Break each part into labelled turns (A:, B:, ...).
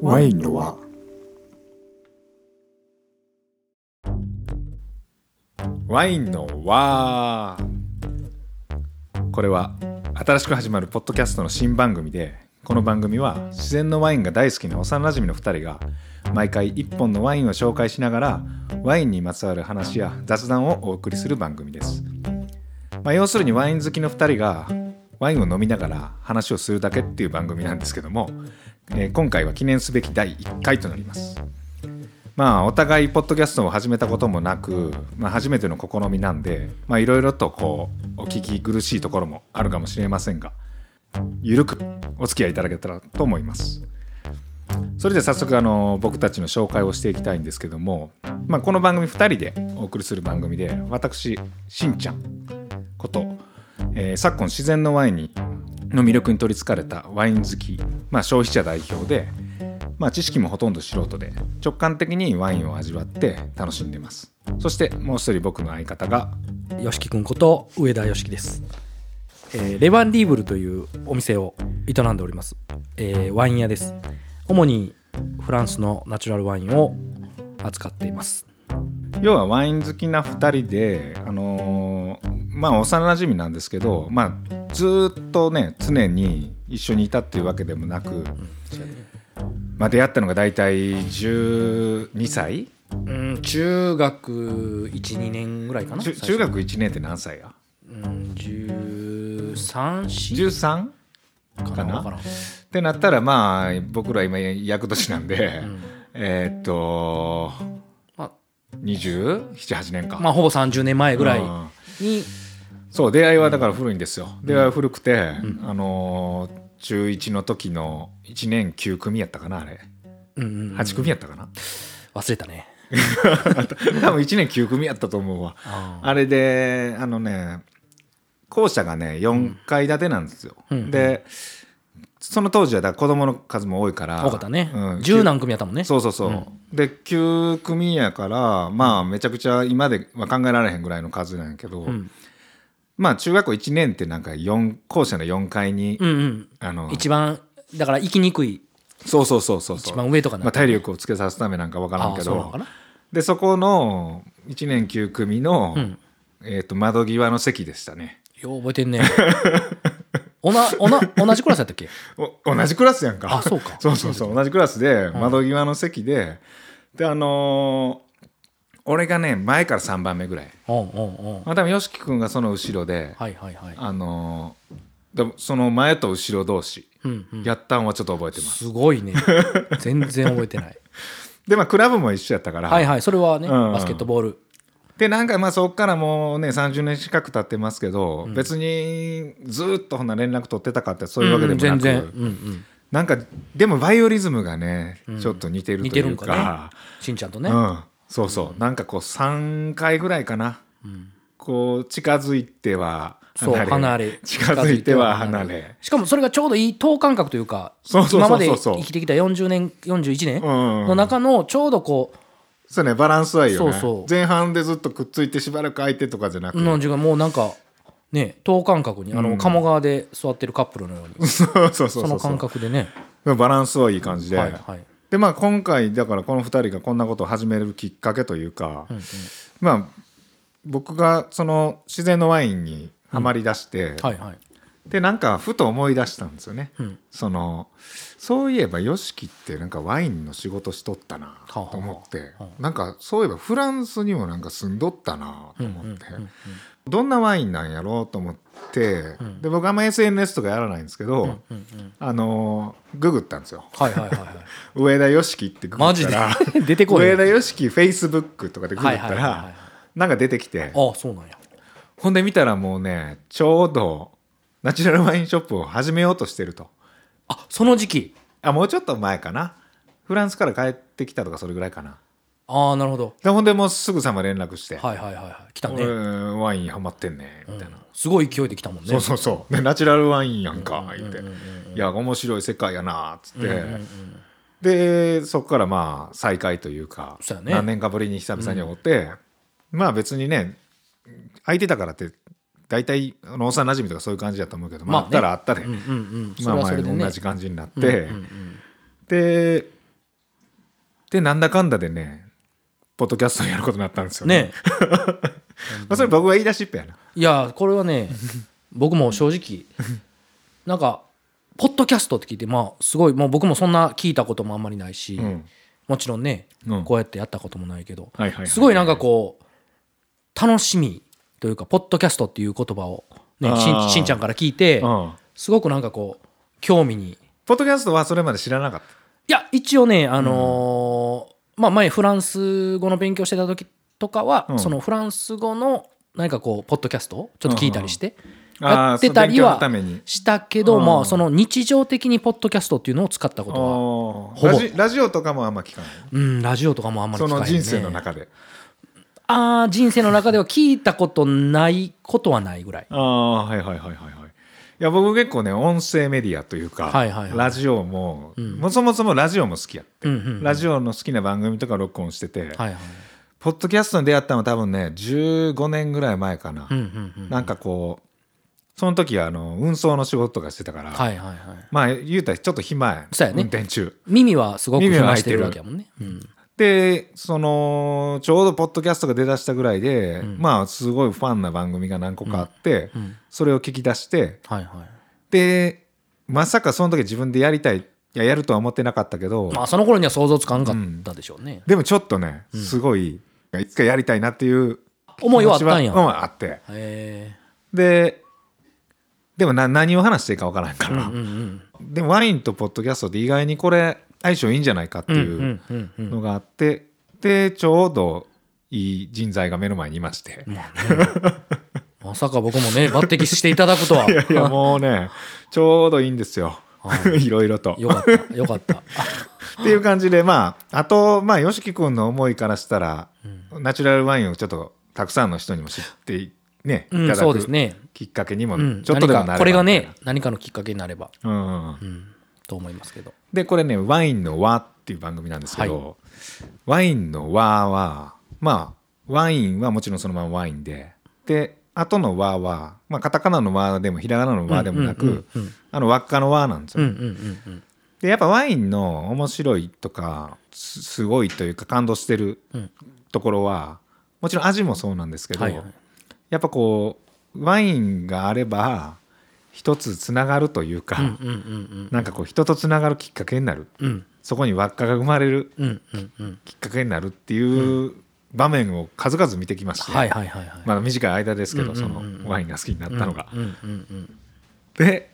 A: ワインの輪
B: ワインの輪これは新しく始まるポッドキャストの新番組でこの番組は自然のワインが大好きな幼馴染の2人が毎回1本のワインを紹介しながらワインにまつわる話や雑談をお送りする番組です、まあ、要するにワイン好きの2人がワインを飲みながら話をするだけっていう番組なんですけども、えー今回は記念すべき第1回となりますまあ、お互いポッドキャストを始めたこともなく、まあ、初めての試みなんでまあいろいろとこうお聞き苦しいところもあるかもしれませんがゆるくお付き合いいただけたらと思いますそれでは早速あの僕たちの紹介をしていきたいんですけども、まあ、この番組2人でお送りする番組で私しんちゃんこと、えー昨今自然のワインにの魅力に取りつかれたワイン好き、まあ、消費者代表で、まあ、知識もほとんど素人で直感的にワインを味わって楽しんでますそしてもう一人僕の相方が
C: よしきくんこと上田よしきです、えーレバンディーブルというお店を営んでおります、えーワイン屋です主にフランスのナチュラルワインを扱っています
B: 要はワイン好きな2人で、あのーまあ幼馴染なんですけど、まあ、ずーっとね常に一緒にいたっていうわけでもなく、まあ、出会ったのが大体12歳
C: うん中学12年ぐらいかな
B: 中中学1年って何歳や
C: うん1314
B: ?13? かな
C: わらん
B: ってなったらまあ僕ら今役年なんで、えーっと
C: ま
B: 278年か、
C: あ、まあ、ほぼ30年前ぐらい
B: うん
C: に
B: そう出会いはだから古いんですよ、出会いは古くて、あのー中1の時の1年9組やったかなあれ
C: うんうん
B: 8組やったかな、
C: 忘れたね
B: 多分1年9組やったと思うわ
C: あ
B: あれであのね校舎がね4階建てなんですよ、
C: うん
B: でその当時はだから子供の数も多いから
C: 多かったね、
B: うん
C: 10何組やったもん ね
B: そうそうそう、で9組やからまあめちゃくちゃ今では考えられへんぐらいの数なんやけど、
C: ん
B: まあ中学校1年ってなんか四校舎の4階に、
C: うんうん
B: あの
C: 一番だから生きにくい
B: そうそうそうそうそう
C: 一番上とかな
B: まあ、体力をつけさすためなんかわからんけ
C: あーそうなの
B: ど
C: かな
B: でそこの1年9組の、
C: うん
B: えー、と窓際の席でしたね
C: よう覚えてんねおなおな同じクラスやったっけ
B: お同じクラスやんか
C: あそうか
B: そうそうそう同じクラスで窓際の席で、であのー俺がね前から3番目ぐらい
C: うんうんうん
B: まあ多分 y o s 君がその後ろで、
C: はいはいはい
B: あのーでその前と後ろ同士、
C: うんうん
B: やったんはちょっと覚えてます
C: すごいね全然覚えてない
B: で まあクラブも一緒やったから、
C: はいはいそれはね
B: うんうん
C: バスケットボール
B: でなんかまあそっからもうね30年近く経ってますけど、別にずーっとほんな連絡取ってたかってそういうわけでもなく、
C: うん全然うんうん
B: なんかでもバイオリズムがね、ちょっと似てる
C: 似
B: とい
C: てる
B: うんか
C: かねしんちゃんとね
B: うん、そうそうなんかこう3回ぐらいかな、こう近づいては
C: そう離れ
B: 近づいては離れ
C: しかもそれがちょうどいい等間隔というか
B: そうそうそうそう
C: 今まで生きてきた40年41年
B: うん
C: の中のちょうどこ
B: そうねバランスはいいよね
C: そうそう
B: 前半でずっとくっついてしばらく空いてとかじゃなく
C: うの時間もうなんかね等間隔にあの鴨川で座ってるカップルのように
B: そうそうそう
C: そ
B: そ
C: の
B: うそ
C: 感覚でね
B: うバランスはいい感じで、
C: はいはい
B: でまあ今回だからこの2人がこんなことを始めるきっかけというか、まあ僕がその自然のワインにはまりだして、
C: はいはい
B: でなんかふと思い出したんですよね、
C: うん
B: そのそういえば YOSHIKI ってなんかワインの仕事しとったなと思って、
C: はあは
B: なんかそういえばフランスにもなんか住んどったなと思って、どんなワインなんやろうと思って、で僕あんま SNS とかやらないんですけど、
C: うんうん
B: あのーググったんですよ
C: はいはいはい はい
B: 上田 YOSHIKI ってググ
C: マ
B: っ
C: ジ
B: た
C: で
B: ら
C: 出てこい
B: 上
C: よ
B: 田 YOSHIKI フェイスブックとかでググっ
C: はい
B: た
C: はいはいはい
B: らなんか出てきて、
C: ああそうなんや
B: ほんで見たらもうねちょうどナチュラルワインショップを始めようとしてると。
C: あその時期
B: あもうちょっと前かなフランスから帰ってきたとかそれぐらいかな
C: ああなるほど
B: でほんでもうすぐさま連絡して
C: はいはいはいはい来た
B: 「
C: ね、
B: 俺ワインハマってんね」みたいな、
C: すごい勢いで来たもんね
B: そうそうそう、でナチュラルワインやんか」言って「いや面白い世界やな」っつって、でそこからまあ再会というか
C: そうやね
B: 何年かぶりに久々に会って、まあ別にね空いてたからって大体あの幼馴染とかそういう感じだと思うけど、まあ、
C: まあ
B: あ
C: ね
B: ったらあったで、
C: うんうんうんそ
B: まあ
C: れは
B: ま
C: そ
B: あ
C: れでね
B: 同じ感じになって、ででなんだかんだでねポッドキャストをやることになったんですよね
C: ね
B: まあ、それ僕が言い出しっぺやない
C: やこれ はね僕も正直なんかポッドキャストって聞いてまあすごいもう僕もそんな聞いたこともあんまりないし、
B: うん
C: もちろんね、
B: うん
C: こうやってやったこともないけど、
B: はいはいはい
C: すごいなんかこう楽しみというかポッドキャストっていう言葉を、ね、し
B: あー
C: んしんちゃんから聞いて、
B: うん
C: すごくなんかこう興味に
B: ポッドキャストはそれまで知らなかっ
C: いや一応ねあのーまあ前フランス語の勉強してた時とかは、
B: うん
C: そのフランス語の何かこうポッドキャストをちょっと聞いたりして、
B: たあー
C: やってたり
B: そ
C: は
B: の勉強のために
C: したけど、
B: うん
C: まあその日常的にポッドキャストっていうのを使ったことは、
B: あーラ
C: ぼ
B: ジラジオとかもあんま聞かない
C: うん、ラジオとかもあんまり
B: そ
C: 聞かへん、
B: の
C: ね、
B: 人生の中で
C: ああ人生の中では聞いたことないことはないぐらい
B: ああはいはいはいはいはいいや僕結構ね音声メディアというか、
C: はいはいはい
B: ラジオも、
C: うん
B: もそもそもラジオも好きやって、
C: うんうんうん
B: ラジオの好きな番組とか録音してて、
C: はいはい
B: ポッドキャストに出会ったの多分ね15年ぐらい前かな、
C: うんうんうん
B: なんかこうその時はあの運送の仕事とかしてたから、
C: はいはいはい
B: まあ言うたらちょっと暇やん
C: そうやね
B: 運転中
C: 耳はすごく
B: 耳は
C: 暇
B: 開い
C: してて
B: る
C: るわけやもんね、うん、
B: でそのちょうどポッドキャストが出だしたぐらいで、
C: ん
B: まあすごいファンな番組が何個かあって、
C: うんうん
B: それを聞き出して
C: はいはい
B: でまさかその時自分でやりたいいややるとは思ってなかったけど、
C: まあその頃には想像つかんかったでしょうね、
B: でもちょっとねすごい、いつかやりたいなっていう
C: 思いはあったんや
B: 気持ちはうんあって
C: へ
B: ででもな何を話していいかわからんか
C: えう
B: ら、
C: んうん
B: でワインとポッドキャストって意外にこれ相性いいんじゃないかって
C: うん
B: いう。
C: うんうんうん
B: のがあってでちょうどいい人材が目の前にいまして
C: まあねまさか僕 もね抜擢していただくとは
B: いやもうねちょうどいいんですよいろいろと。
C: よかったよか った
B: っていう感じでまああとまあ YOSHIKI 君の思いからしたら、ナチュラルワインをちょっとたくさんの人にも知ってい,、ね
C: うん
B: いただ
C: そうです
B: く
C: ね
B: きっかけに
C: う
B: も
C: ん
B: ちょっとでもな
C: 何
B: れば
C: かこれが
B: みた
C: ね
B: い
C: 何かのきっかけになれば、
B: な、うんうん
C: うん、と思いますけど
B: でこれね「ワインの和」っていう番組なんですけど、ワインの和はまあワインはもちろんそのままワインでで後の和は、まあ、カタカナの和でもひらがなの和でもなく、
C: うんうん
B: あの輪っかの和なんですよ、
C: うんうんうんうん
B: でやっぱワインの面白いとかすすごいというか感動してる
C: うん
B: ところはもちろん味もそうなんですけど、
C: はいはい
B: やっぱこうワインがあれば一つつながるというか、
C: うんうんうん
B: なんかこう人とつながるきっかけになる
C: うんうん
B: そこに輪っかが生まれる
C: うんうんうん
B: きっかけになるっていう場面を数々見てきまして、
C: はいはいはいはい
B: まだ短い間ですけど、
C: うんうんうんうん
B: そのワインが好きになったのが、
C: うんうんうん
B: で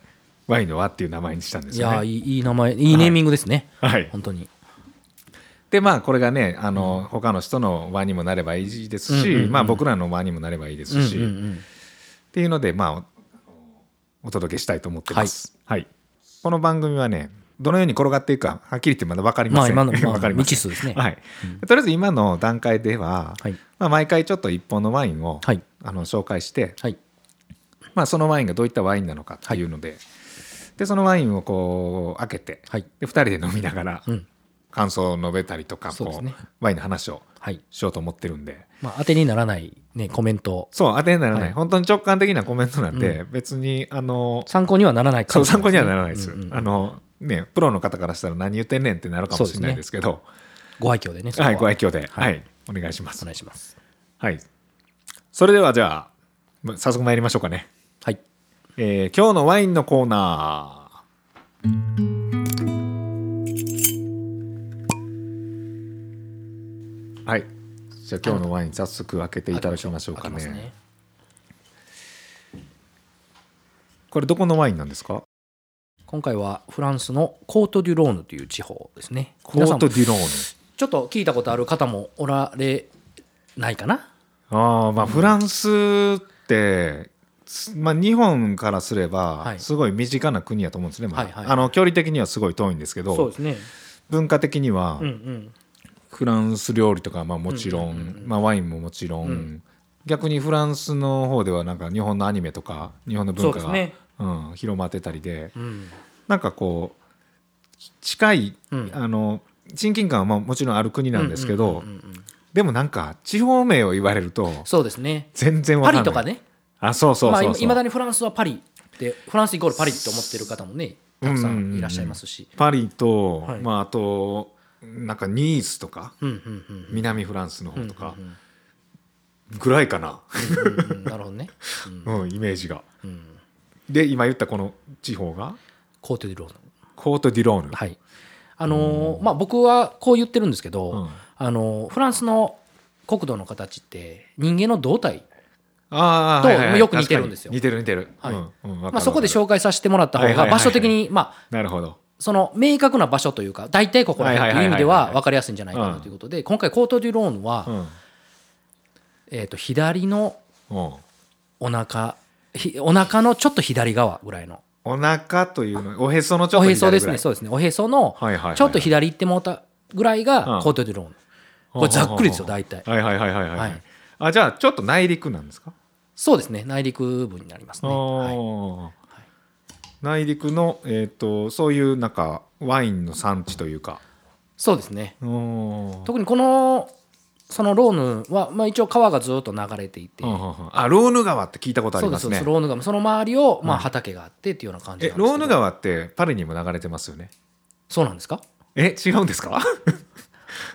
B: ワインの輪っていう名前にしたんで
C: い
B: すよ
C: や
B: ね。
C: いいいい名前いいネーミングですね、
B: はい、
C: 本当に
B: でまあこれがねあの、他の人の輪にもなればいいですし、
C: うんうんうん
B: まあ、僕らの輪にもなればいいですし、
C: うんうんうん
B: っていうのでまあおお届けしたいと思ってます。はいこの番組はねどのように転がっていくかはっきり言ってまだ分かりま
C: まあ
B: せん。
C: 今の、ま
B: わ
C: あ、
B: かりません
C: 未知数ですね
B: はい、とりあえず今の段階では、
C: はい
B: まあ、毎回ちょっと一本のワインを、
C: はい
B: あの紹介して、
C: はい
B: まあ、そのワインがどういったワインなのかっていうので,、でそのワインをこう開けて
C: はい
B: で2人で飲みながら
C: うん
B: 感想を述べたりとか
C: そうで
B: こ
C: す
B: う、
C: ね
B: ワインの話を
C: はい
B: しようと思ってるんで
C: まあ当てにならないねコメント
B: そう当てにならない、
C: はい
B: 本当に直感的なコメントなんで、別にあの
C: 参考にはならないか
B: そう
C: もしれ
B: 参考にはならない
C: で
B: ですす、
C: ねうんうん
B: あのね、プロの方からしたら何言ってんねんってなるかもしれないですけど
C: ご愛嬌でねそこ
B: はい、ご愛
C: 嬌
B: 嬌で、
C: はい
B: はい、お願いします
C: お。願いします
B: はい。それではじゃあ、ま早速参りましょうかね。
C: はい
B: えー今日のワインのコーナー。はい。じゃあ今日のワイン早速開けていただきましょうか
C: 開け
B: ね。
C: ますね
B: これどこのワインなんですか
C: 今回はフランスのコート・デュ・ローヌという地方ですね
B: コ
C: 皆さ
B: ー
C: ん
B: ト・
C: も
B: デュ ロー
C: ちょっと聞いたことある方もおられないかな
B: ヌ。ああ、まあフランスって、すまあ、日本からすれば
C: はい
B: すごい身近な国やと思うんですね、まあ
C: はいはい
B: あの距離的にはすごい遠いんですけど
C: そうですね
B: 文化的には
C: うんうん
B: フランス料理とかまあもちろん、まあ、ワインももちろん、
C: うん
B: 逆にフランスの方ではなんか日本のアニメとか日本の文化
C: そ
B: が
C: うですね
B: うん、広まってたりで
C: うん
B: なんかこう近い、
C: うん
B: あの親近感はまあもちろんある国なんですけど、
C: うんうんうんうん
B: でもなんか地方名を言われると
C: そうですね
B: 全然わかんな
C: パリ
B: い
C: とかね
B: あそうそうそうそう、
C: まあいまだにフランスはパリでフランスイコールパリって思ってる方もねたくさんいらっしゃいますし、
B: パリと、
C: はい
B: まあ、あとなんかニースとか
C: うんうんうん
B: 南フランスの方とか
C: うんうん
B: ぐらいかな、
C: うんうんなるほどね、うん
B: うん、イメージが。
C: うん、
B: で今言ったこの地方が
C: コート・デュ・ローヌ
B: コート・ディローヌ。
C: はいあのーまあ僕はこう言ってるんですけど、
B: うん
C: あのーフランスの国土の形って人間の胴体、
B: あー
C: と
B: はいはいはい
C: よく似てるんですよ
B: 確かに似てる似てる。
C: はい
B: うんうんわかるわかる
C: まあ、そこで紹介させてもらった
B: は
C: 方
B: いはいは
C: が
B: いはい
C: 場所的にまあ
B: なるほど。
C: その明確な場所というか大体ここら辺という意味
B: はいはいはいは
C: で
B: いは
C: はい分かりやすいんじゃないかなということで今回コート・デュ・ローヌ
B: う
C: は、
B: ん
C: えー、と左の
B: うん
C: お腹ひお腹のちょっと左側ぐらいの
B: お腹というのおへそのちょっ
C: お
B: と
C: へ
B: 左ぐ
C: そ
B: らい
C: ですねそうですねおへその
B: はいはいはいはい
C: ちょっと左行ってもうたぐらいが
B: うん
C: コート・デュ・ローヌこれざっくりですよ大体
B: はいはいはいはいはい、
C: はい
B: あじゃあちょっと内陸なんですか、
C: そうですね内陸部になりますね、はい
B: おー内陸の、えー、とそういうなんかワインの産地というか
C: そうですね
B: おー
C: 特にこのそのローヌは、まあ、一応川がずっと流れていて、
B: うんうんうんあローヌ川って聞いたことあ
C: そ
B: り
C: うで
B: ますす
C: そうで
B: ね
C: すローヌ川その周りを、まあ、
B: うん
C: 畑があってっていうような感じ
B: え
C: なんですけど
B: ローヌ川ってパリにも流れてますよね
C: そうなんですか
B: え違うんですか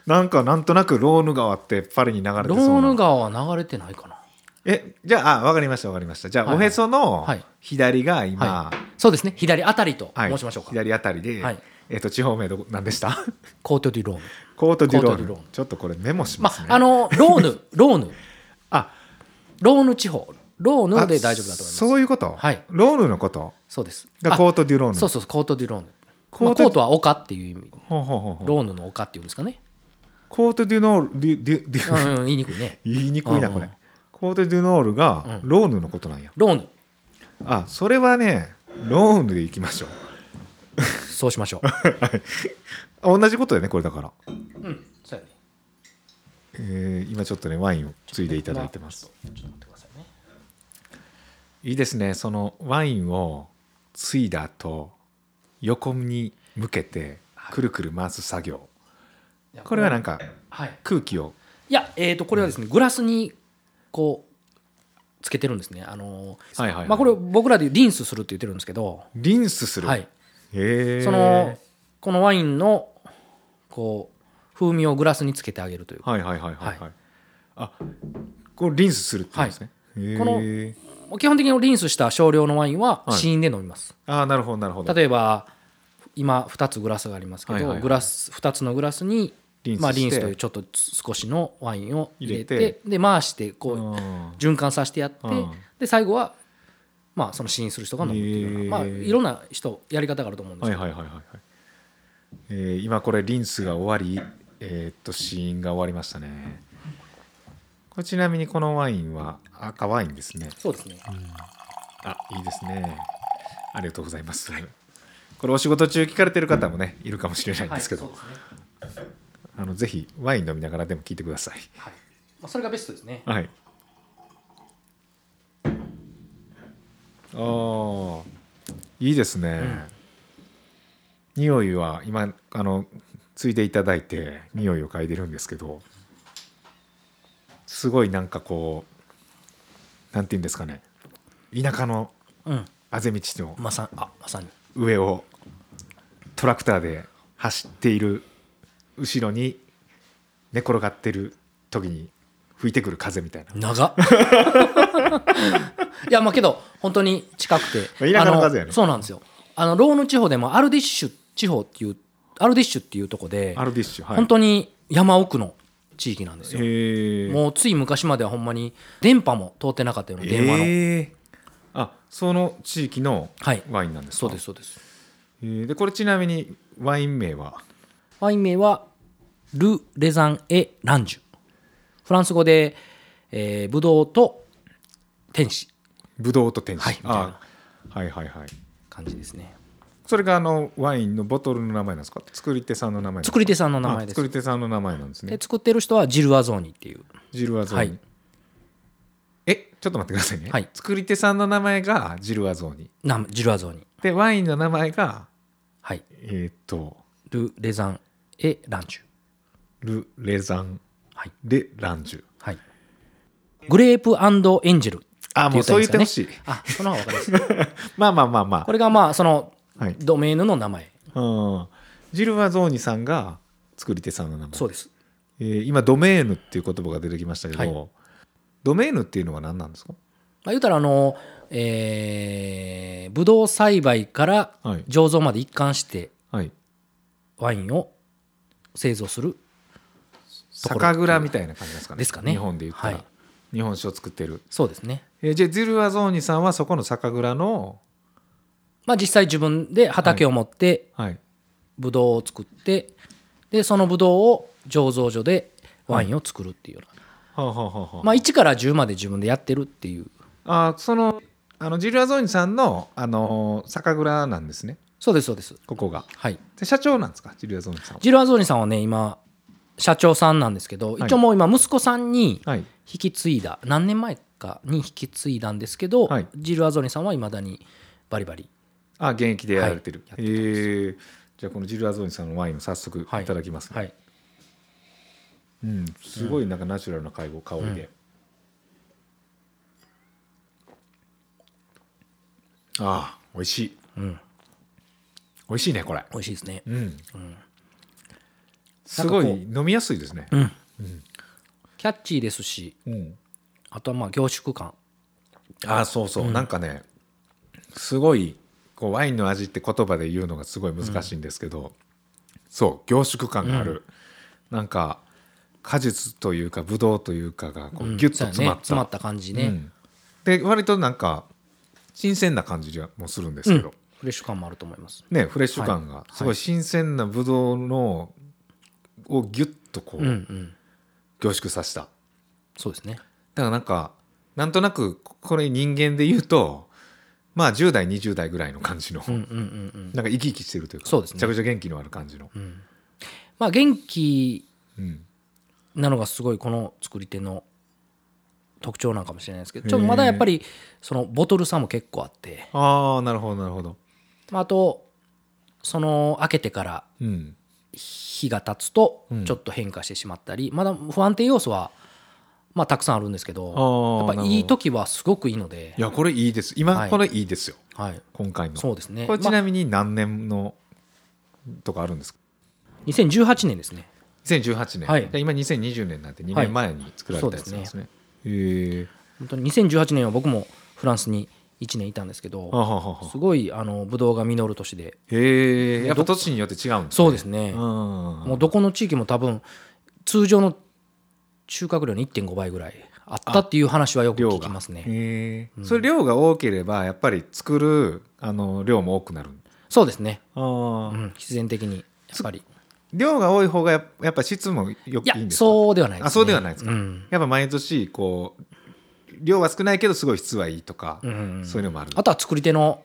B: なんかなんとなくローヌ川ってパリに流れてそ
C: ロ
B: うな
C: ーヌ川は流れてないかな
B: えじゃああわかりましたわかりましたじゃあ、
C: はいはい
B: おへその
C: はい
B: 左が今、
C: そうですね左あたりと
B: はい
C: 申しましょうか、
B: 左あたりで、
C: はい
B: えっ、と地方名どこ何でした
C: コート・デュ・ローヌ
B: コートデュロー
C: コートデ
B: ヌ
C: ュローヌ
B: ちょっとこれメモしま
C: ます
B: ね、
C: あ、あのローヌローヌ
B: あ
C: ローヌ地方ローヌで大丈夫だと思います
B: そういうこと、
C: はい
B: ローヌのこと
C: そうです
B: が
C: あ
B: コートデュローヌ
C: そうそうコート・デュ・ローヌ
B: コ
C: コ
B: ート
C: ート,、まあ、コートは丘っていう意味
B: ほうほうほうほう
C: ローヌの丘っていうんですかね、
B: コートデュノールデュデュデ
C: う
B: ュ、
C: んうん、言いにくいね
B: 言いにくいな
C: うん
B: これ、コートデュノールが
C: うん
B: ローヌのことなんや、
C: ローヌ
B: あそれはねローヌでいきましょう
C: そうしましょう
B: あ同じことだよねこれだから、
C: うんそうやね
B: えー今ちょっとねワインをついでいただいてます、
C: あちょっと待ってくださいね
B: いいですねそのワインをついだ後横に向けてくるくる回す作業、
C: いや
B: これはなんか
C: はい
B: 空気を
C: いやえっ、とこれはですねグラスにこうつけてるんですねあのー
B: はいはいはい
C: まあこれ僕らでリンスするって言ってるんですけど
B: リンスする、
C: はい
B: へえ
C: そのこのワインのこう風味をグラスにつけてあげるという
B: はいはいはいはいはい、
C: は
B: あこれリンスするって言うんですね、へえ
C: この基本的にリンスした少量のワインは
B: はい
C: 試飲で飲みます、
B: ああなるほどなるほど
C: 例えば今2つグラスがありますけど、
B: はいはいはい
C: グラス2つのグラスに
B: リンスして
C: まあ、リンスというちょっと少しのワインを入れて
B: 入れて
C: で回してこう、
B: うん
C: 循環させてやって、
B: うん
C: で最後は、まあ、その試飲する人が飲むっていうような、まあ、
B: へー
C: いろんな人やり方があると思うんで
B: は
C: す
B: い
C: け
B: はい
C: ど、
B: はいはいはい、えー今これリンスが終わりえーっと試飲が終わりましたねこれちなみにこのワインは赤ワインですね
C: そうですね
B: あいいですねありがとうございます、これお仕事中聞かれてる方もねいるかもしれないんですけど、
C: はいそうですね
B: あのぜひワイン飲みながらでも聞いてください
C: はいまあ、それがベストですね
B: はいあーいいですね、匂いは今あのついでいただいて匂いを嗅いでるんですけどすごいなんかこうなんて言うんですかね田舎の
C: うん
B: あぜ道の
C: まさあまさに
B: 上をトラクターで走っている後ろに寝転がってる時に吹いてくる風みたいな
C: 長っ いやまあけど本当に近くて
B: 田舎の数やね
C: あのそうなんですよあのローヌ地方でもアルディッシュ地方っていうアルディッシュっていうとこで、
B: アルディッシュはい
C: 本当に山奥の地域なんですよ
B: へえ
C: もうつい昔まではほんまに電波も通ってなかったような電話の、
B: ええあその地域の
C: はい
B: ワインなんですか、
C: そうですそうです
B: えーでこれちなみにワイン名は
C: ワイン名はル・レザン・エ・ランジュフランス語で、えー、ブドウと天使
B: ブドウと天使、
C: はいみたい
B: あ
C: な
B: はいはいはい
C: 感じですね
B: それがあのワインのボトルの名前なんですか作り手さんの名前なんですか
C: 作り手さんの名前
B: あ
C: です
B: 作り手さんの名前なんですね
C: で作ってる人はジル・アゾーニっていう
B: ジルアゾーニ、
C: はい
B: えちょっと待ってくださいね、
C: はい
B: 作り手さんの名前がジルアゾーニ
C: なジルアゾーニ
B: でワインの名前が
C: はい
B: えーっと
C: ル・レザン・エ・ランチュ
B: ル・レザン・
C: はい
B: レ・ランジュ
C: はいグレープエンジェル
B: あもうそう言ってほしい
C: あその方が分かりやすい
B: まあまあまあま
C: これがまあその
B: あ、はい
C: ドメインの名前
B: うん、ジル・アゾーニさんが作り手さんの名前
C: そうです
B: えー今ドメーヌっていう言葉が出てきましたけど、
C: はい
B: ドメーヌっていうのは何なんですか
C: まあ、言うたらあの、えー、ブドウ栽培から
B: はい
C: 醸造まで一貫して
B: はい
C: ワインを製造するころ
B: 酒蔵みたいな感じですかね
C: ですかね
B: 日本で言ったら、
C: はい
B: 日本酒を作ってる、
C: そうですね、
B: えーじゃあジル・アゾーニさんはそこの酒蔵の
C: まあ、実際自分で畑を持って
B: はい
C: ブドウを作って、でそのブドウを醸造所でワインを作るっていうような、
B: はあ、はあはあはあ
C: まあ、1から10まで自分でやってるっていう
B: あーそのあのジル・アゾーニさんの、あのー酒蔵なんですね
C: そうですそうです
B: ここが
C: はい
B: で社長なんですかジル・アゾーニさんは
C: ジル・アゾーニさんはね今社長さんなんですけど
B: はい
C: 一応もう今息子さんに
B: はい
C: 引き継いだ何年前かに引き継いだんですけど、
B: はい
C: ジル・アゾーニさんはいまだにバリバリ
B: あ現役でやられてる、
C: はい
B: えーじゃあこのジル・アゾーニさんのワインを早速い
C: はい
B: ただきますね、
C: はい
B: うん、すごいなんかナチュラルな介護香りで、ああ美味しい、
C: ん
B: 美味しいねこれ
C: 美味しいですね
B: うん、すごい飲みやすいですね
C: キャッチーですし
B: うん
C: あとはまあ凝縮感
B: ああそうそう、なんかねすごいこうワインの味って言葉で言うのがすごい難しいんですけど、そう凝縮感がある、なんか果実というかブドウというかがこうギュッと
C: そうやね
B: 詰まった、
C: 詰まった感じね、
B: うんで割となんか新鮮な感じもするんですけど、
C: フレッシュ感もあると思います
B: ねフレッシュ感が、すごい新鮮なブドウのをギュッとこう、
C: うんうん
B: 凝縮させただか
C: そうですね
B: らなんかなんとなくこれ人間で言うとまあ10代20代ぐらいの感じの、
C: うんうんうんうん
B: なんか生き生きしてるというか
C: そうですね
B: めちゃくちゃ元気のある感じの、
C: まあ元気
B: うん
C: なのがすごいこの作り手の特徴なんかもしれないですけどちょっとまだやっぱりそのボトルさも結構あって、
B: ああなるほどなるほど
C: まあ、あとその開けてから
B: うん
C: 日が経つと
B: うん
C: ちょっと変化してしまったり、まだ不安定要素はまあたくさんあるんですけ
B: あ
C: ど
B: ー
C: やっぱいい時はすごくいいので
B: い、やこれいいです今
C: はい
B: これいいですよ、
C: はい、
B: 今回の
C: そうですね
B: これちなみに何年のとかあるんですか
C: 2018年ですね
B: 2018年、
C: はい
B: で今2020年なんて2
C: はい
B: 年前に作られたやつなんですね。へえ
C: 本当に2018年は僕もフランスに1年いたんですけ
B: あ
C: ど
B: ははは
C: すごいあのブドウが実る年で
B: へえやっぱ都市によって違うんです
C: そうです
B: ね。
C: ねも
B: も
C: うどこの地域も多分通常の収穫量の1.5倍ぐらいあったっていう話はよく
B: 量
C: 聞
B: が
C: きますね
B: へえそれ量が多ければやっぱり作るあの量も多くなる。
C: そうですね、
B: あ
C: う
B: ー
C: ん、必然的にやっぱり
B: 量が多い方がやっやっぱ質もよ
C: い
B: くい
C: や
B: いんですか。
C: そうではないです、ね、
B: あそうではないですか
C: うん
B: やっぱ毎年こう量は少ないけどすごい質はいいとか、
C: うんうんうん
B: そういうのもある。
C: あとは作り手の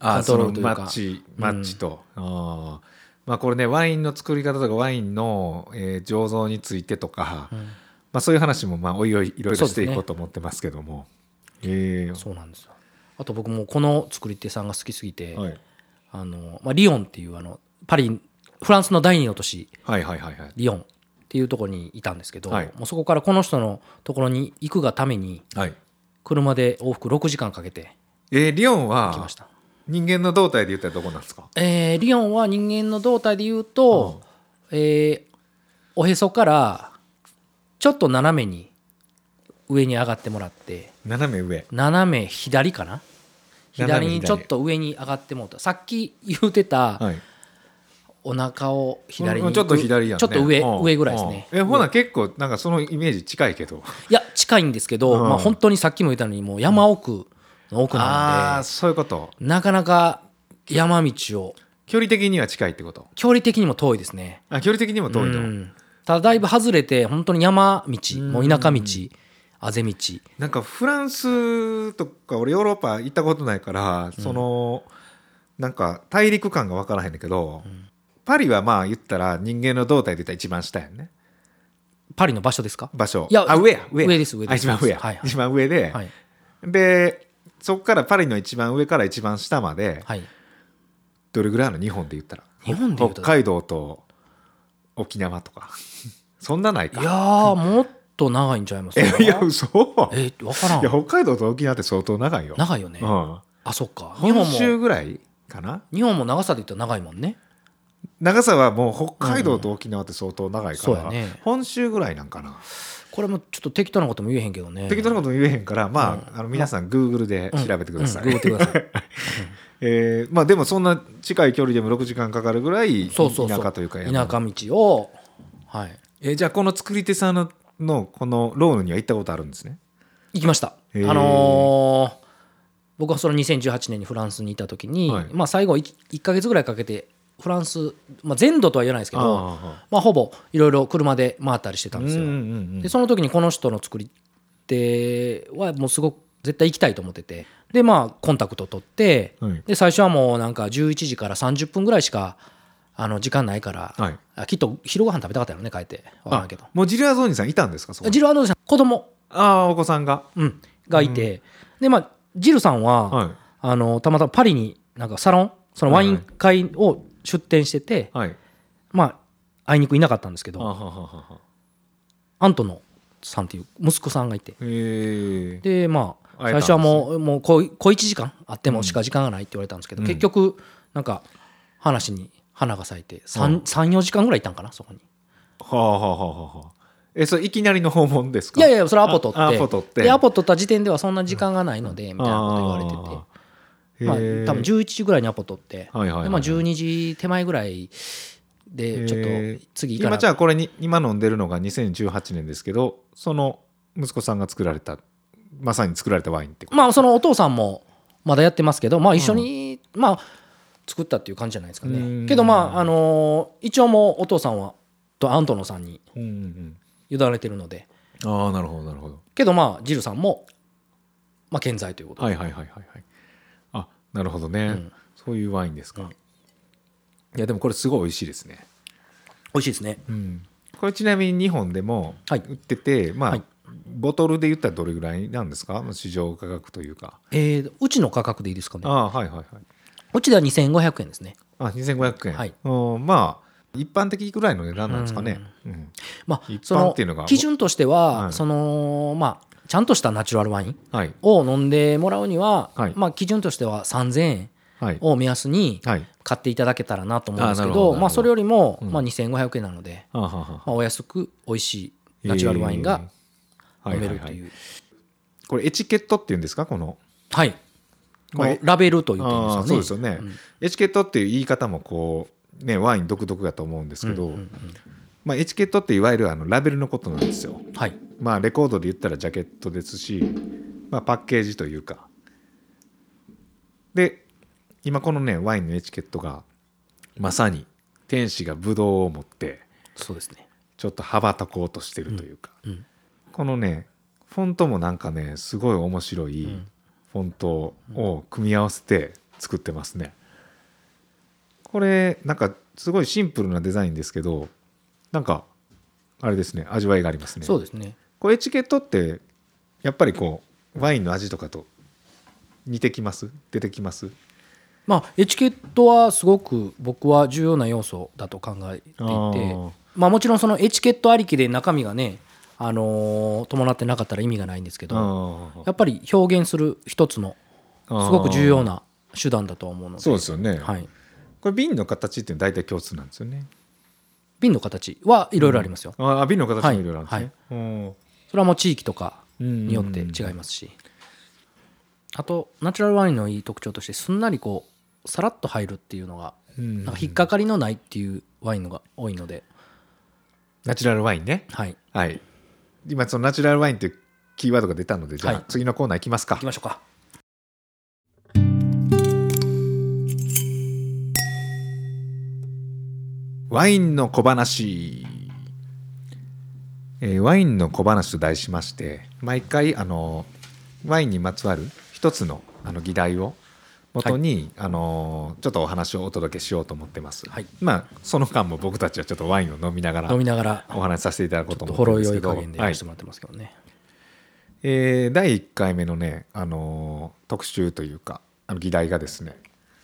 B: あ
C: コ
B: ー
C: ント
B: そ
C: ロ
B: の
C: ールという
B: マ
C: か
B: ッチマッチと、あーまあこれねワインの作り方とかワインの、えー醸造についてとか、まあ、そういう話もまあおいおいいろいろしていこ
C: そううですね
B: と思ってますけども、えー
C: そうなんですよあと僕もこの作り手さんが好きすぎて、
B: はい、
C: あのまあ、リヨンっていうあのパリフランスの第二の都市
B: はいはいはいはい
C: リヨンっていうところにいたんですけど、
B: はい
C: もうそこからこの人のところに行くがために
B: はい
C: 車で往復6時間かけて
B: えーリオン
C: 来
B: は
C: ました
B: 人間の胴体で言ったらどこなんですか
C: えーリヨンは人間の胴体で言うと、えーおへそからちょっと斜めに上に上がってもらって
B: 斜め上
C: 斜め左かな
B: 斜
C: 左
B: め左
C: にちょっと上に上がってもうたさっき言うてた
B: はい
C: お腹を左に
B: う
C: 行
B: ん
C: く
B: ちょっと左やんね
C: ちょっと上
B: うん
C: 上ぐらいですね
B: うんえほな結構なんかそのイメージ近いけど
C: いや近いんですけど、
B: うん
C: まあ、本当にさっきも言ったようにもう山奥の奥
B: あ
C: な
B: あー
C: の
B: そういうこと
C: でなかなか山道を
B: 距離的には近いってこと
C: 距離的にも遠いですね
B: あ距離的にも遠いと、
C: うんただだいぶ外れて本当に山道もう田舎道あぜ道
B: なんかフランスとか俺ヨーロッパ行ったことないから、そのなんか大陸感が分からへんねんけど、パリはまあ言ったら人間の胴体で言ったら一番下やんね
C: パリの場所ですか
B: 場所
C: いや
B: あ上や上や
C: 上です上です
B: あ一番上や、
C: はいはい
B: 一番上で、
C: はい
B: でそこからパリの一番上から一番下まで、
C: はい
B: どれぐらいあるの日本で言ったら
C: 日本で言うと
B: 北海道と沖縄とか そんなない
C: い
B: か
C: やーもっと長いんちゃいます
B: え いや嘘
C: えー分から
B: いや
C: ん
B: 北海道と沖縄って相当長いよ
C: 長いよね
B: うん
C: あそっか日
B: 本
C: 本
B: 州
C: も
B: ぐらいかな
C: 日本も長さで言ったら長いもんね
B: 長さはもう北海道と沖縄って相当長いか
C: うん
B: ら、
C: そうやね
B: 本州ぐらいなんかな、
C: これもちょっと適当なことも言えへんけどね
B: 適当なことも言えへんから、まあ、あの皆さん Google で
C: うん
B: 調べてください、
C: うんググってください
B: えーまあ、でもそんな近い距離でも6時間かかるぐらい
C: そうそうそう
B: 田舎というか山
C: 田舎道をはい
B: えーじゃあこの作り手さんののこのローヌには行ったことあるんですね
C: 行きました、
B: へー
C: あのー僕はその2018年にフランスにいた時に、
B: はい
C: まあ、最後 1, か月ぐらいかけてフランス、まあ、全土とは言わないですけど
B: あ
C: まあ、ほぼいろいろ車で回ったりしてた
B: あ
C: ん
B: うん
C: で
B: う
C: す
B: ん
C: よ、
B: うん
C: でその時にこの人の作り手はもうすごく絶対行きたいと思っててでまあコンタクト取って、
B: はい
C: で最初はもうなんか11時から30分ぐらいしかあの時間ないから、
B: はい
C: あきっと昼ご飯食べたかったよね帰ってわからんけど
B: あもうジリアゾーニさんいたんですかそこ
C: ジル・アンドレさん子供
B: ああお子さんが
C: うん、がいて、でまあジルさんは、
B: は
C: あのたまたまパリになんかサロンそのワイン会を出店してて、
B: いはい
C: まああいにくいなかったんですけ
B: ああ
C: ど
B: はははは
C: アントノさんっていう息子さんがいて
B: へえ
C: でまあ
B: 会え
C: 最
B: たんですね
C: 初はもうもう小い小1時間あってもしか時間がないって言われたんですけど、
B: うん
C: 結局なんか話に花が咲いて
B: う
C: 34
B: ん、
C: 三四時間ぐらいいたんかなそこに
B: はあはあはあはあえそれいきなりの訪問ですか
C: いやいやそれアポ取って
B: あアポ取って
C: でアポ取った時点ではそんな時間がないので、みたいなこと言われてて
B: て
C: まあ、多分11時ぐらいにアポ取って、
B: はいはいはい
C: でまあ、12時手前ぐらいでちょ
B: へ
C: っ
B: ー
C: と次行か
B: 今
C: な
B: じゃあこれに今飲んでるのが2018年ですけどその息子さんが作られたまさに作られたワインってこと
C: まあそのお父さんもまだやってますけど、まあ、一緒に、まあ、作ったっていう感じじゃないですか
B: うん
C: ねけどまあ、あのー一応もうお父さんはとアントノさんに
B: うんうん
C: 委ねてるので
B: うんああなるほどなるほど
C: けどまあジルさんも、まあ、健在ということで
B: はいはいはいはいはいあなるほどね、
C: うん
B: そういうワインですか、
C: うん
B: いやでもこれすごい美味しいですね、
C: 美味しいですね
B: うん、これちなみに日本でも
C: はい
B: 売ってて、まあ、
C: はい
B: ボトルで言ったらどれぐらいなんですか市場価格というか
C: えーうちの価格でいいですかね
B: ああーはいはいはいう
C: ちでは2500円ですね
B: あ2500円、
C: はい
B: うんまあ一般的ぐらいの値段なんですかね、うん
C: まあ
B: 一般
C: その
B: っていうのが
C: 基準としては、
B: はい
C: そのまあちゃんとしたナチュラルワイン
B: はい
C: を飲んでもらうには、
B: はい
C: まあ、基準としては3000円
B: はい
C: を目安に
B: はい
C: 買っていただけたらなと思うんですけ
B: あなるほどな
C: ど
B: るほど
C: まあ、それよりも、
B: うん
C: まあ、2500円なので、
B: あーはーはー
C: まあ、お安く美味しいナチュラルワインが
B: えー
C: 飲めると
B: はいはい
C: い
B: は
C: う、
B: これエチケットっていうんですかこの
C: はい
B: まあ
C: このラベルという点
B: ああーそう
C: で
B: ですす
C: よ
B: よ
C: ね。
B: ね、
C: うん
B: エチケットっていう言い方もこうねワイン独特だと思うんですけど、
C: うんうんうん
B: まあ、エチケットっていわゆるあのラベルのことなんですよ
C: はい、
B: まあレコードで言ったらジャケットですし、まあ、パッケージというかで今このねワインのエチケットがまさに天使がブドウを持って
C: そうですね。
B: ちょっと羽ばたこうとしてるというか、
C: うん
B: このねフォントもなんかねすごい面白い
C: ん
B: フォントを組み合わせて作ってますね。これなんかすごいシンプルなデザインですけどなんかあれですね味わいがありますね。
C: そうですね。
B: これエチケットってやっぱりこうワインの味とかと似てきます出てきます
C: まあ、エチケットはすごく僕は重要な要素だと考えていて
B: あー
C: まあ、もちろんそのエチケットありきで中身がね、あのー伴ってなかったら意味がないんですけど、やっぱり表現する一つの
B: す
C: すごく重要な手段だとは思うので
B: そうですよね、
C: はい、
B: これ瓶の形っていうのは大体共通なんですよね
C: 瓶の形はいろいろありますよ、
B: ああ瓶の形もいろいろあるんですね、
C: それはもう地域とか
B: うん
C: によって違いますし、あとナチュラルワインのいい特徴としてすんなりこうさらっと入るっていうのが
B: うん
C: なんか引っかかりのないっていうワインのが多いので、
B: ナチュラルワインね
C: はい
B: はい今そのナチュラルワインっていうキーワードが出たのでじゃ
C: は
B: あ
C: い
B: 次のコーナーいきますか、
C: 行きましょうか
B: ワインの小話、えーワインの小話と題しまして毎回あのワインにまつわる一つのあの議題を元に、あのちょっとお話をお届けしようと思ってます、
C: はい
B: まあその間も僕たちはちょっとワインを飲みながら
C: 飲みながら
B: お話しさせていただこう
C: ち
B: と
C: ょっと
B: 思って
C: ほ
B: るんで
C: ろ
B: す
C: 酔
B: け
C: い
B: ど
C: 加減でや
B: は
C: ら
B: い
C: せてもらってますけどね、
B: えー第1回目のね、あのー特集というかあの議題がですね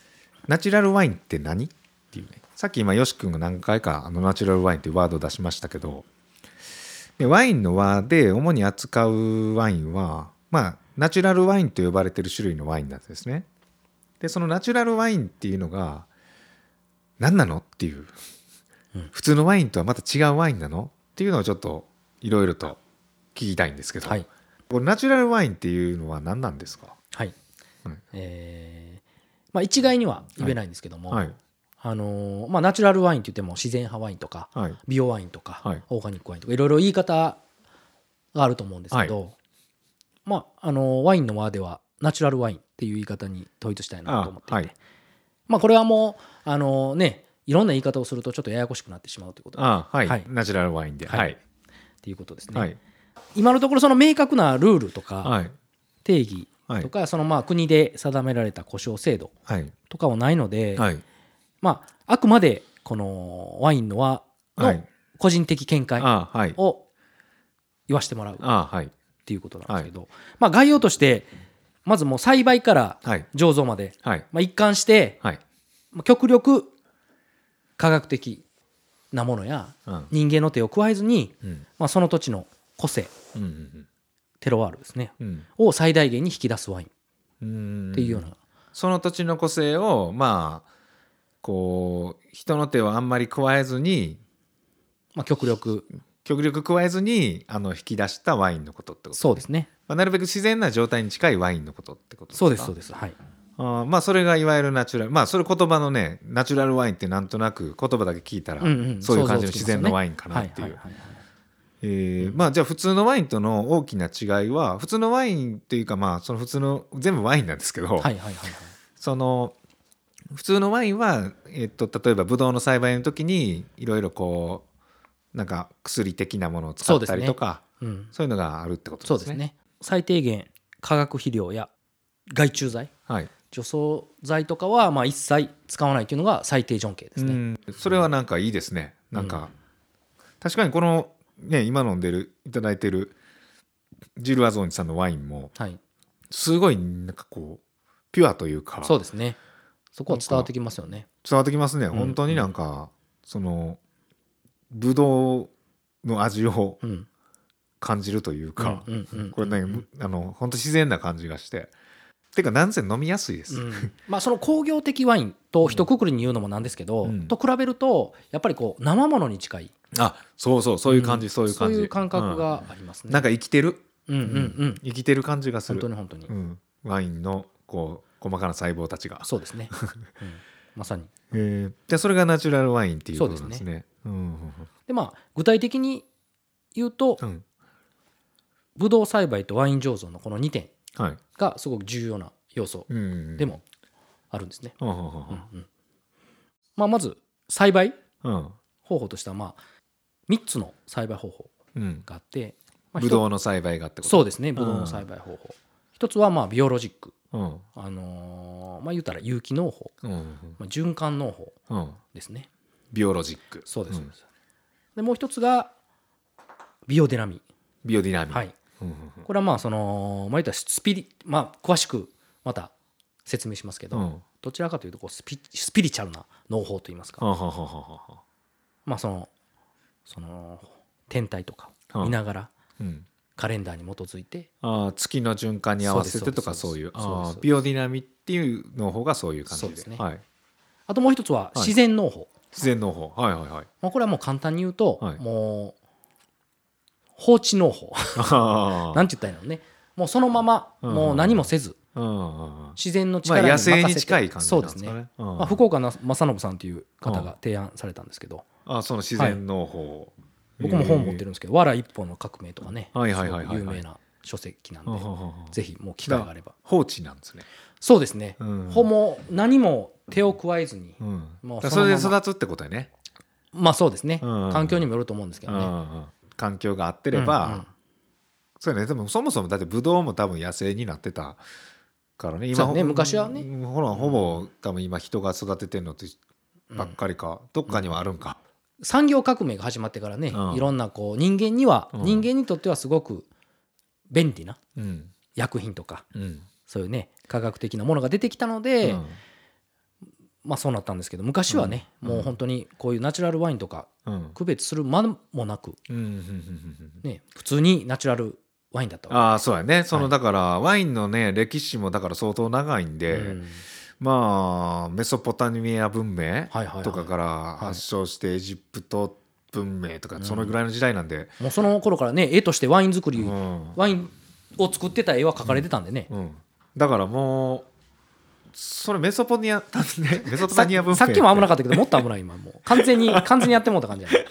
B: 「ナチュラルワインって何?」っていうねさっき今よし君が何回かあのナチュラルワインっていうワードを出しましたけどでワインの輪で主に扱うワインはまあナチュラルワインと呼ばれてる種類のワインなんですね。でそのナチュラルワインっていうのが何なのっていう、
C: うん
B: 普通のワインとはまた違うワインなのっていうのをちょっといろいろと聞きたいんですけど、
C: はい
B: これナチュラルワインっていうのは何なんですか
C: はい、
B: うん
C: えーまあ、一概には言えないんですけども、
B: はい
C: あのーまあ、ナチュラルワインって言っても自然派ワインとか
B: はい
C: 美容ワインとか、
B: はい
C: オーガニックワインとかいろいろ言い方があると思うんですけど、まあ、あのーワインの輪ではナチュラルワインっていう言い方に統一したいなと思っていて
B: あはい
C: まあ、これはもう、あのーねいろんな言い方をするとちょっとややこしくなってしまうということっ
B: あはい、
C: はい
B: ナチュラルワインでは
C: はいいていうことですね、
B: はい
C: 今のところその明確なルールとか
B: はい
C: 定義
B: はい
C: とか、そのまあ国で定められた故障制度
B: はい
C: とかはないので、
B: はい
C: まあ、あくまでこのワインの輪
B: は
C: の
B: い
C: 個人的見解
B: あはい
C: を言わせてもらうっ
B: あはい
C: ていうことなんですけど、まあ、概要としてまずもう栽培から
B: はい
C: 醸造まで、
B: はい
C: まあ、一貫して
B: はい
C: まあ極力科学的なものや
B: うん
C: 人間の手を加えずに、
B: うん
C: まあ、その土地の個性
B: うんうん
C: テロワールですね
B: うん
C: を最大限に引き出すワイン
B: うん
C: っていうような、
B: その土地の個性をまあこう人の手をあんまり加えずに
C: まあ、極力
B: 極力加えずにあの引き出したワインのことってこと
C: そうですね
B: まあ、なるべく自然な状態に近いワインのことってこと
C: そうですそう
B: です
C: ですはい
B: かあーまあそれがいわゆるナチュラルまあそれ言葉のねナチュラルワインってなんとなく言葉だけ聞いたら、
C: うんうん
B: そういう感
C: 想像つきます
B: じ
C: よ
B: の自然
C: ね
B: なワインかな
C: は
B: っ
C: い
B: てい
C: は
B: う、
C: いはい
B: えーまあじゃあ普通のワインとの大きな違いは普通のワインというかまあその普通の全部ワインなんですけど、
C: はいはいはいはい
B: その普通のワインは、えっと、例えばブドウの栽培の時にいろいろこうなんか薬的なものを使ったりとか
C: うん
B: そう,、いうのがあるってことです
C: そ
B: ね。
C: うですね最低限化学肥料や害虫剤
B: はい
C: 除草剤とかはまあ一切使わないというのが最低条件ですね、
B: うん、それはなんかいいですね。なんか、確かにこのね今飲んでるいただいてるジルアゾーニさんのワインも
C: はい
B: すごいなんかこうピュアというか
C: そうですねそこは伝わってきますよね
B: 伝わってきますね。
C: ん
B: 本当になんか、そのブドウの味を
C: うん
B: 感じるというか、
C: うんうんうん
B: これね、あの本当自然な感じがして。てかなんせ飲みやすいです。
C: うんまあその工業的ワインと一括りに言うのもなんですけど、
B: うん
C: と比べるとやっぱりこう生ものに近い
B: あそうそうそういう感じ、
C: ん
B: そういう感じ。
C: 感覚
B: うん
C: がありますね、
B: なんか生きてる
C: うんうんうん
B: 生きてる感じがす
C: 本
B: る
C: 当。に本当に、
B: うん、ワインのこう細かな細胞たちが
C: そうですね、うんまさに
B: えーじゃあそれがナチュラルワインっていうことなんです
C: そう
B: ねうんうん
C: でまあ具体的に言うと、
B: うんうん
C: ブドウ栽培とワイン醸造のこの2点
B: はい
C: がすごく重要な要素
B: うんうん
C: でもあるんですね。
B: うんうん
C: まあ、まず栽培
B: うんうん
C: 方法としてはまあ3つの栽培方法
B: うん
C: があって、まあ、
B: ブド
C: 一
B: ウの栽培がってこ
C: つ
B: と
C: そうですねブドウの栽培方法。一つはまあビオロジック、
B: うん
C: あのーまあ、言うたら有機農法、
B: うんうん
C: まあ、循環農法
B: うん
C: ですね。
B: ビオロジック
C: そうですそうで
B: ん
C: すでもう一つがビオデナミ
B: ビオディナミック
C: はい、
B: うんうん
C: これはまあその、まあ、言ったらスピリ、まあ、詳しくまた説明しますけど、
B: うんうん
C: どちらかというとこうスピスピリチュアルな農法といいますか、
B: はははは
C: まあ、そのその天体とか
B: うん
C: 見ながら
B: うん
C: カレンダーに基づいて、
B: あー月の循環に合わせてとかそ
C: そ
B: うう
C: で
B: い
C: す
B: う
C: そうです
B: あ
C: そうです
B: ービオディナミっていうの方がそういう感じ
C: そうですね
B: はい
C: あともう一つはい自然農法、
B: 自然の方はいはい はい
C: まあ、これはもう簡単に言うと、
B: はい
C: もう放置農法
B: あ
C: なんて言ったらいいのねもうそのまま
B: うん
C: もう何もせず
B: ーうんうんうん
C: 自然の
B: ま
C: 力
B: あ
C: に
B: 野
C: 任せて、
B: 生に近い感じ
C: そ
B: な
C: う
B: で
C: んです
B: す
C: ね、
B: かねうん
C: まあ、福岡の正信さんという方が提案されたんですけど、
B: あその自然農法、
C: 僕も本持って
B: る
C: るんですけど「わら一本の革命」とかね
B: はいはいはいはい
C: すごく有名な書籍なんで、
B: ぜ
C: ぜひもう機会があれば
B: 放置なんですね、
C: そうですね、
B: うん
C: ほもう何も手を加えずに、
B: うん
C: もう
B: だから
C: その
B: そ
C: ま
B: れ
C: ま
B: で育つってことやね
C: まあそうですね、
B: うん
C: 環境にもよると思うんですけ
B: う
C: ど
B: んう
C: ね、
B: んうん環境が合ってれば、
C: うんうん
B: そうやねでもそもそもだってブドウも多分野生になってたからね
C: そう
B: 今
C: ね昔はね
B: ほらほぼ多分今人が育ててるのってばっかりか、どっかにはあるんか、
C: 産業革命が始まってからね、
B: うん
C: いろんなこう人間には、
B: うん
C: 人間にとってはすごく便利な
B: うん
C: 薬品とか
B: うん
C: そういうね科学的なものが出てきたので、
B: うん
C: まあそうなったんですけど昔はね、
B: うん
C: もう本当にこういうナチュラルワインとか
B: うん
C: 区別する間もなく、
B: うんうんうんうん
C: ね、普通にナチュラルワインだったわ
B: ああそうやねその、
C: はい
B: だからワインのね歴史もだから相当長いん
C: け
B: で、
C: うん
B: まあメソポタミア文明
C: はいはい
B: とかから発祥してエジプト文明とかそのぐらいの時代なんで、
C: もうその頃からね絵としてワイン作り、
B: うん
C: ワインを作ってた絵は描かれてたんでね、
B: うん、だからもうそれメソポニア メソポ
C: さ
B: タミア文明
C: さっきも危な
B: か
C: かったけどもっと危ない今もう完 全に完全にやってもうた感じやね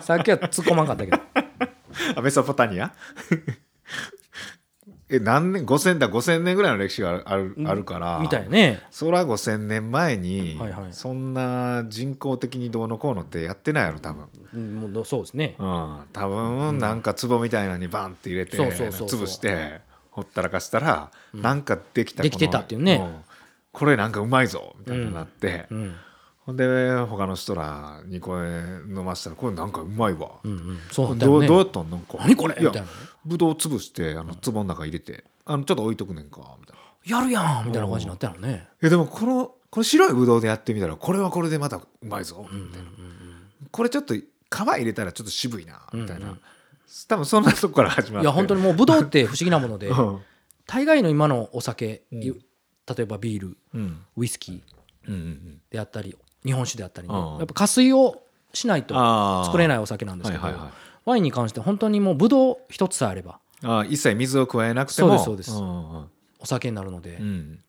C: さっきは突っ込まんかったけど
B: ったメソポタミア え何年5000だ5000年ぐらいの歴史があるあるあるから
C: みたいね
B: そら5000年前に、
C: はいはい
B: そんな人工的にどうのこうのってやってないやろ多分
C: うんもうそうですね
B: うん多分なんか壺みたいなのにバンって入れて、
C: そうそうそうそう
B: 潰してほったらかしたら、なんかできた
C: できてたっていうね
B: んこれなんかうまいぞみたいになって、
C: うん
B: ほんで他の人らにこれ飲ませたらこれなんかうまいわ、
C: うんうんそうだった
B: ど
C: よ
B: う
C: ね
B: どうやったんなんか
C: 何これ
B: いや
C: みたいなね
B: ぶどう潰してあの壺の中入れてあのちょっと置いとくねんかみたいな
C: やるやんみたいな感じになったのね
B: いやでもこのこの白いぶどうでやってみたらこれはこれでまたうまいぞみたいな、これちょっと皮入れたらちょっと渋いなみたいな、多分そんなとこから始まって
C: いや本当
B: に、
C: にもうブドウって不思議なもので
B: うん
C: 大概の今のお酒、
B: うん
C: 例えばビール
B: うん
C: ウイスキー
B: うんうん、
C: であったり日本酒であったりね、
B: うん
C: やっぱ加水をしないと
B: あ
C: 作れ
B: ない
C: ないお酒なんですけど、
B: はいはいはい
C: ワインに関して本当にもうブドウ一つさえあれば
B: あー一切水を加えなくても
C: そうですそう
B: んう
C: です
B: んうん
C: お酒になるので、
B: う
C: ま
B: ん、だか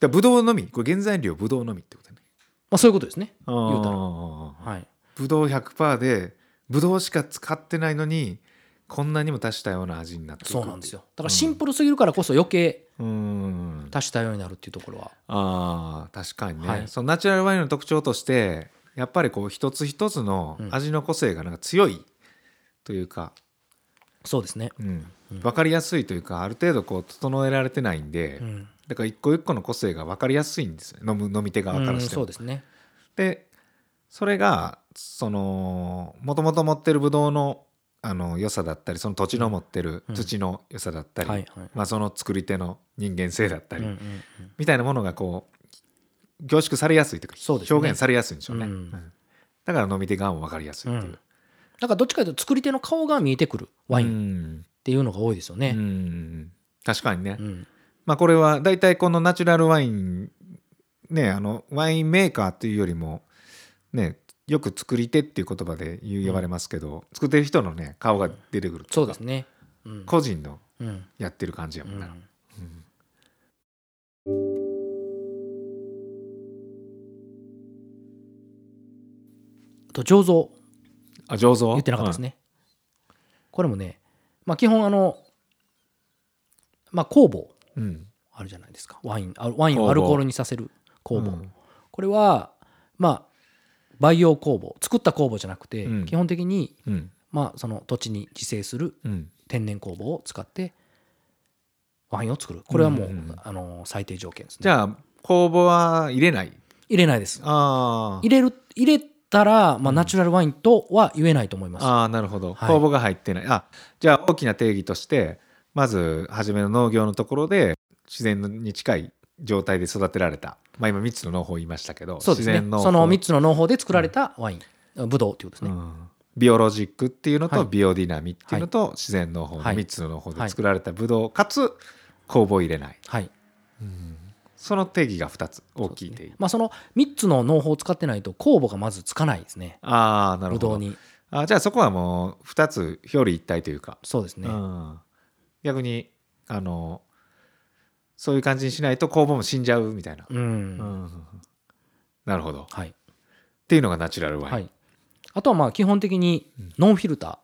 B: らぶどうのみこれ原材料ぶどうのみってことね
C: あ、そういうことですね言うたら、
B: あ
C: はい、
B: ぶどう100%でぶどうしか使ってないのにこんなにも足したような味になっていく
C: そうなんですよだからシンプルすぎるからこそ余計
B: うん
C: 足したようになるっていうところは、
B: あー確かにね、
C: はい
B: そのナチュラルワインの特徴としてやっぱりこう一つ一つの味の個性がなんか強いというか、
C: そうですね、
B: うん分かりやすいというかある程度こう整えられてないんで、
C: うん
B: だから一個一個の個性が分かりやすいんですよ飲む飲み手側か
C: うん
B: らして
C: そ
B: も。
C: うですね
B: でそれがそのもともと持ってるブドウのあの良さだったりその土地の持ってる
C: うん
B: 土の良さだったり、
C: はいはい、
B: まあ、その作り手の人間性だった
C: うん
B: り、
C: うん
B: みたいなものがこう凝縮されやすいというか
C: そうですね
B: 表現されやすいんでしょうね、
C: うん
B: うんだから飲み手側も分かりやす
C: う
B: い
C: んう
B: ってい
C: ん
B: う、
C: だからどっちかというと作り手の顔が見えてくるワインっ
B: ン、
C: ていうのが多いですよ
B: うん
C: ね、
B: 確かにね、
C: うん
B: まあ、これは大体このナチュラルワインねあのワインメーカーっていうよりもねよく作り手っていう言葉で言う呼ばれますけど、作ってる人のね顔が出てくるとか
C: そうですねうん
B: 個人の
C: うん
B: やってる感じや
C: う
B: もんな、
C: ん
B: うん
C: あと醸造
B: あ上手
C: 言ってなかったですね、これもね、まあ、基本あの、まあ、酵母
B: うんうん
C: あるじゃないですかワインあワイン
B: 酵
C: を
B: 母
C: アルコールにさせる酵母、
B: うん
C: これはまあ培養酵母作った酵母じゃなくて、
B: うん
C: 基本的に、
B: うん
C: まあ、その土地に自生する
B: うん
C: 天然酵母を使ってワインを作るこれはも
B: う
C: う、
B: んうんうん
C: あの最低条件ですね
B: じゃあ酵母は入れない
C: 入れないです
B: あー
C: 入れる入れたら、まあ、ナチュラルワインとは言えないと思います、
B: あーなるほど、
C: はい
B: 酵母が入ってないあじゃあ大きな定義としてまず初めの農業のところで自然に近い状態で育てられた、まあ、今3つの農法言いましたけど
C: そうですね
B: 自然農法
C: その3つの農法で作られたワイン、ブドウっていうことで
B: う
C: すね、
B: んビオロジックっていうのと、
C: はい
B: ビオディナミっていうのと、自然農法の
C: はい
B: 3つの農法で作られたブドウ、かつ酵母を入れない
C: はい
B: その定義が2つ大きい定義、
C: まあ、その3つの農法を使ってないと酵母がまずつかないですね
B: ああなる
C: ブ
B: ほ
C: ドウ
B: ど
C: に
B: あじゃあそこはもう2つ表裏一体というか
C: そうですね、
B: うん、逆にあのそういう感じにしないと酵母も死んじゃうみたいな、
C: うん
B: うんなるほどっ
C: はい、
B: ていうのがナチュラルワイン、
C: はい、あとはまあ基本的にノンフィルタ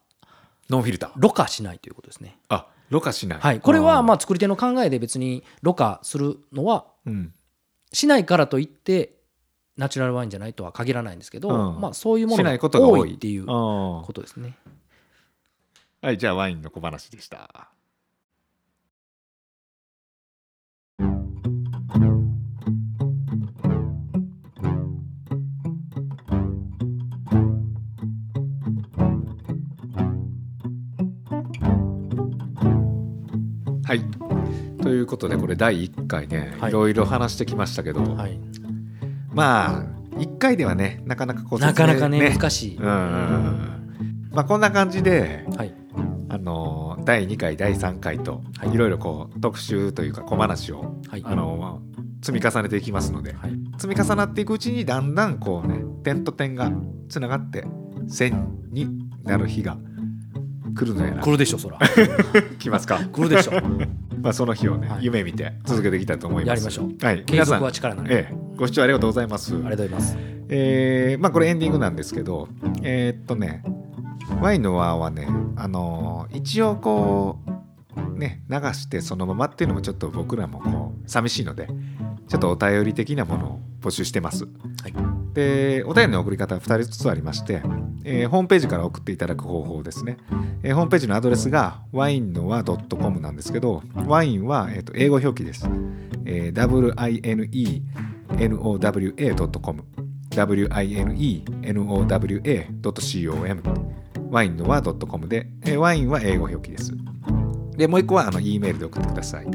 B: ノンフィルター
C: ーろ過しないということですね、
B: あろ過しない、
C: はい、これはま
B: あ
C: あ作り手の考えで別にろ過するのは
B: ー、うん、
C: しないからといってナチュラルワインじゃないとは限らないんですけど、
B: うん
C: まあ、そういうも
B: し
C: の
B: な
C: が
B: いことが多
C: 多
B: い
C: いっていうこ
B: あー
C: とですね
B: はいじゃあワインの小話でしたはいということでこれ第1回ね、
C: はい
B: いろいろ話してきましたけど、
C: はい、
B: まあ1回ではねなかなかこう
C: なかなかね
B: 説明
C: 難しい、
B: うんうんうんまあこんな感じで
C: はい、
B: あの第2回第3回と
C: はい
B: いろいろこう特集というか小話を、
C: はい
B: あの積み重ねていきますので、
C: はい
B: 積み重なっていくうちにだんだんこうね点と点がつながって線になる日が来るのやな
C: 来るでしょそら
B: 来ますか、
C: 来る でしょ
B: まあ、その日をね、
C: はい
B: 夢見て続けていきたいと思います
C: やりましょう
B: はい、
C: 継
B: 皆さ
C: 続
B: ん
C: は力なり、
B: ええ、ご視聴ありがとうございます
C: ありがとうございます
B: えーまあこれエンディングなんですけどえーっとね「ワインの輪」はねあのー一応こうね流してそのままっていうのもちょっと僕らもこう寂しいのでちょっとお便り的なものを募集してます、
C: はい
B: でお便りの送り方は2人ずつありまして、えーホームページから送っていただく方法ですね、えーホームページのアドレスがワインの輪 .com なんですけどワインは、えーっと英語表記です、えー winenowa.com winenowa.com ワインのは .com で、えーワインは英語表記です。で、もう一個はあの E メールで送ってください。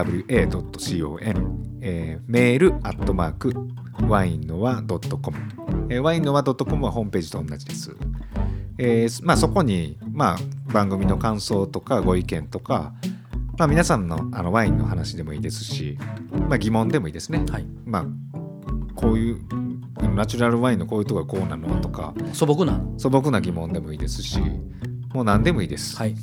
B: mail.winenowa.com、えーメール .winenowa.com、えー、ワインのは .com はホームページと同じです。えーまあ、そこに、まあ、番組の感想とかご意見とか、まあ、皆さんのあのワインの話でもいいですし、まあ、疑問でもいいですね、
C: はい
B: まあ、こういうナチュラルワインのこういうとこがこうなのとか
C: 素朴な
B: 素朴な疑問でもいいですしもう何でもいいです、
C: はい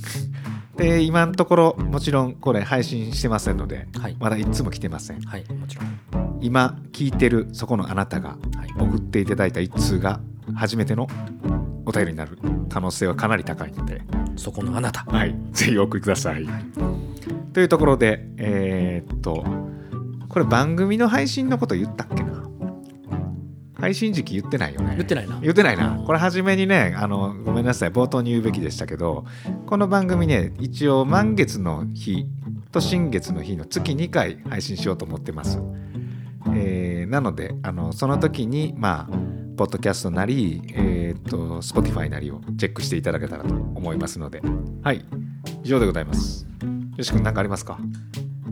B: で今のところもちろんこれ配信してませんので、
C: はい
B: まだいつも来てません
C: はいもちろん
B: 今聞いてるそこのあなたが
C: はい
B: 送っていただいた一通が初めてのお便りになる可能性はかなり高いので、
C: そこのあなた
B: はい、ぜひお送りください。というところで、えーっと、これ番組の配信のこと言ったっけな配信時期言ってないよね。
C: 言ってないな
B: 言ってないな。これ初めにね、あの、ごめんなさい、冒頭に言うべきでしたけど、この番組ね、一応満月の日と新月の日の月2回配信しようと思ってます。えーなので、あの、その時に、まあ、ポッドキャストなり、えーっと、Spotify なりをチェックしていただけたらと思いますので、はい、以上でございます。よし君何かありますか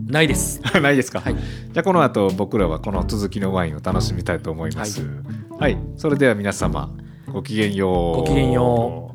C: ないです
B: ないですか、
C: はい
B: じゃあこの後僕らはこの続きのワインを楽しみたいと思います。はい、それでは皆様ごきげんよう。
C: ごきげんよう。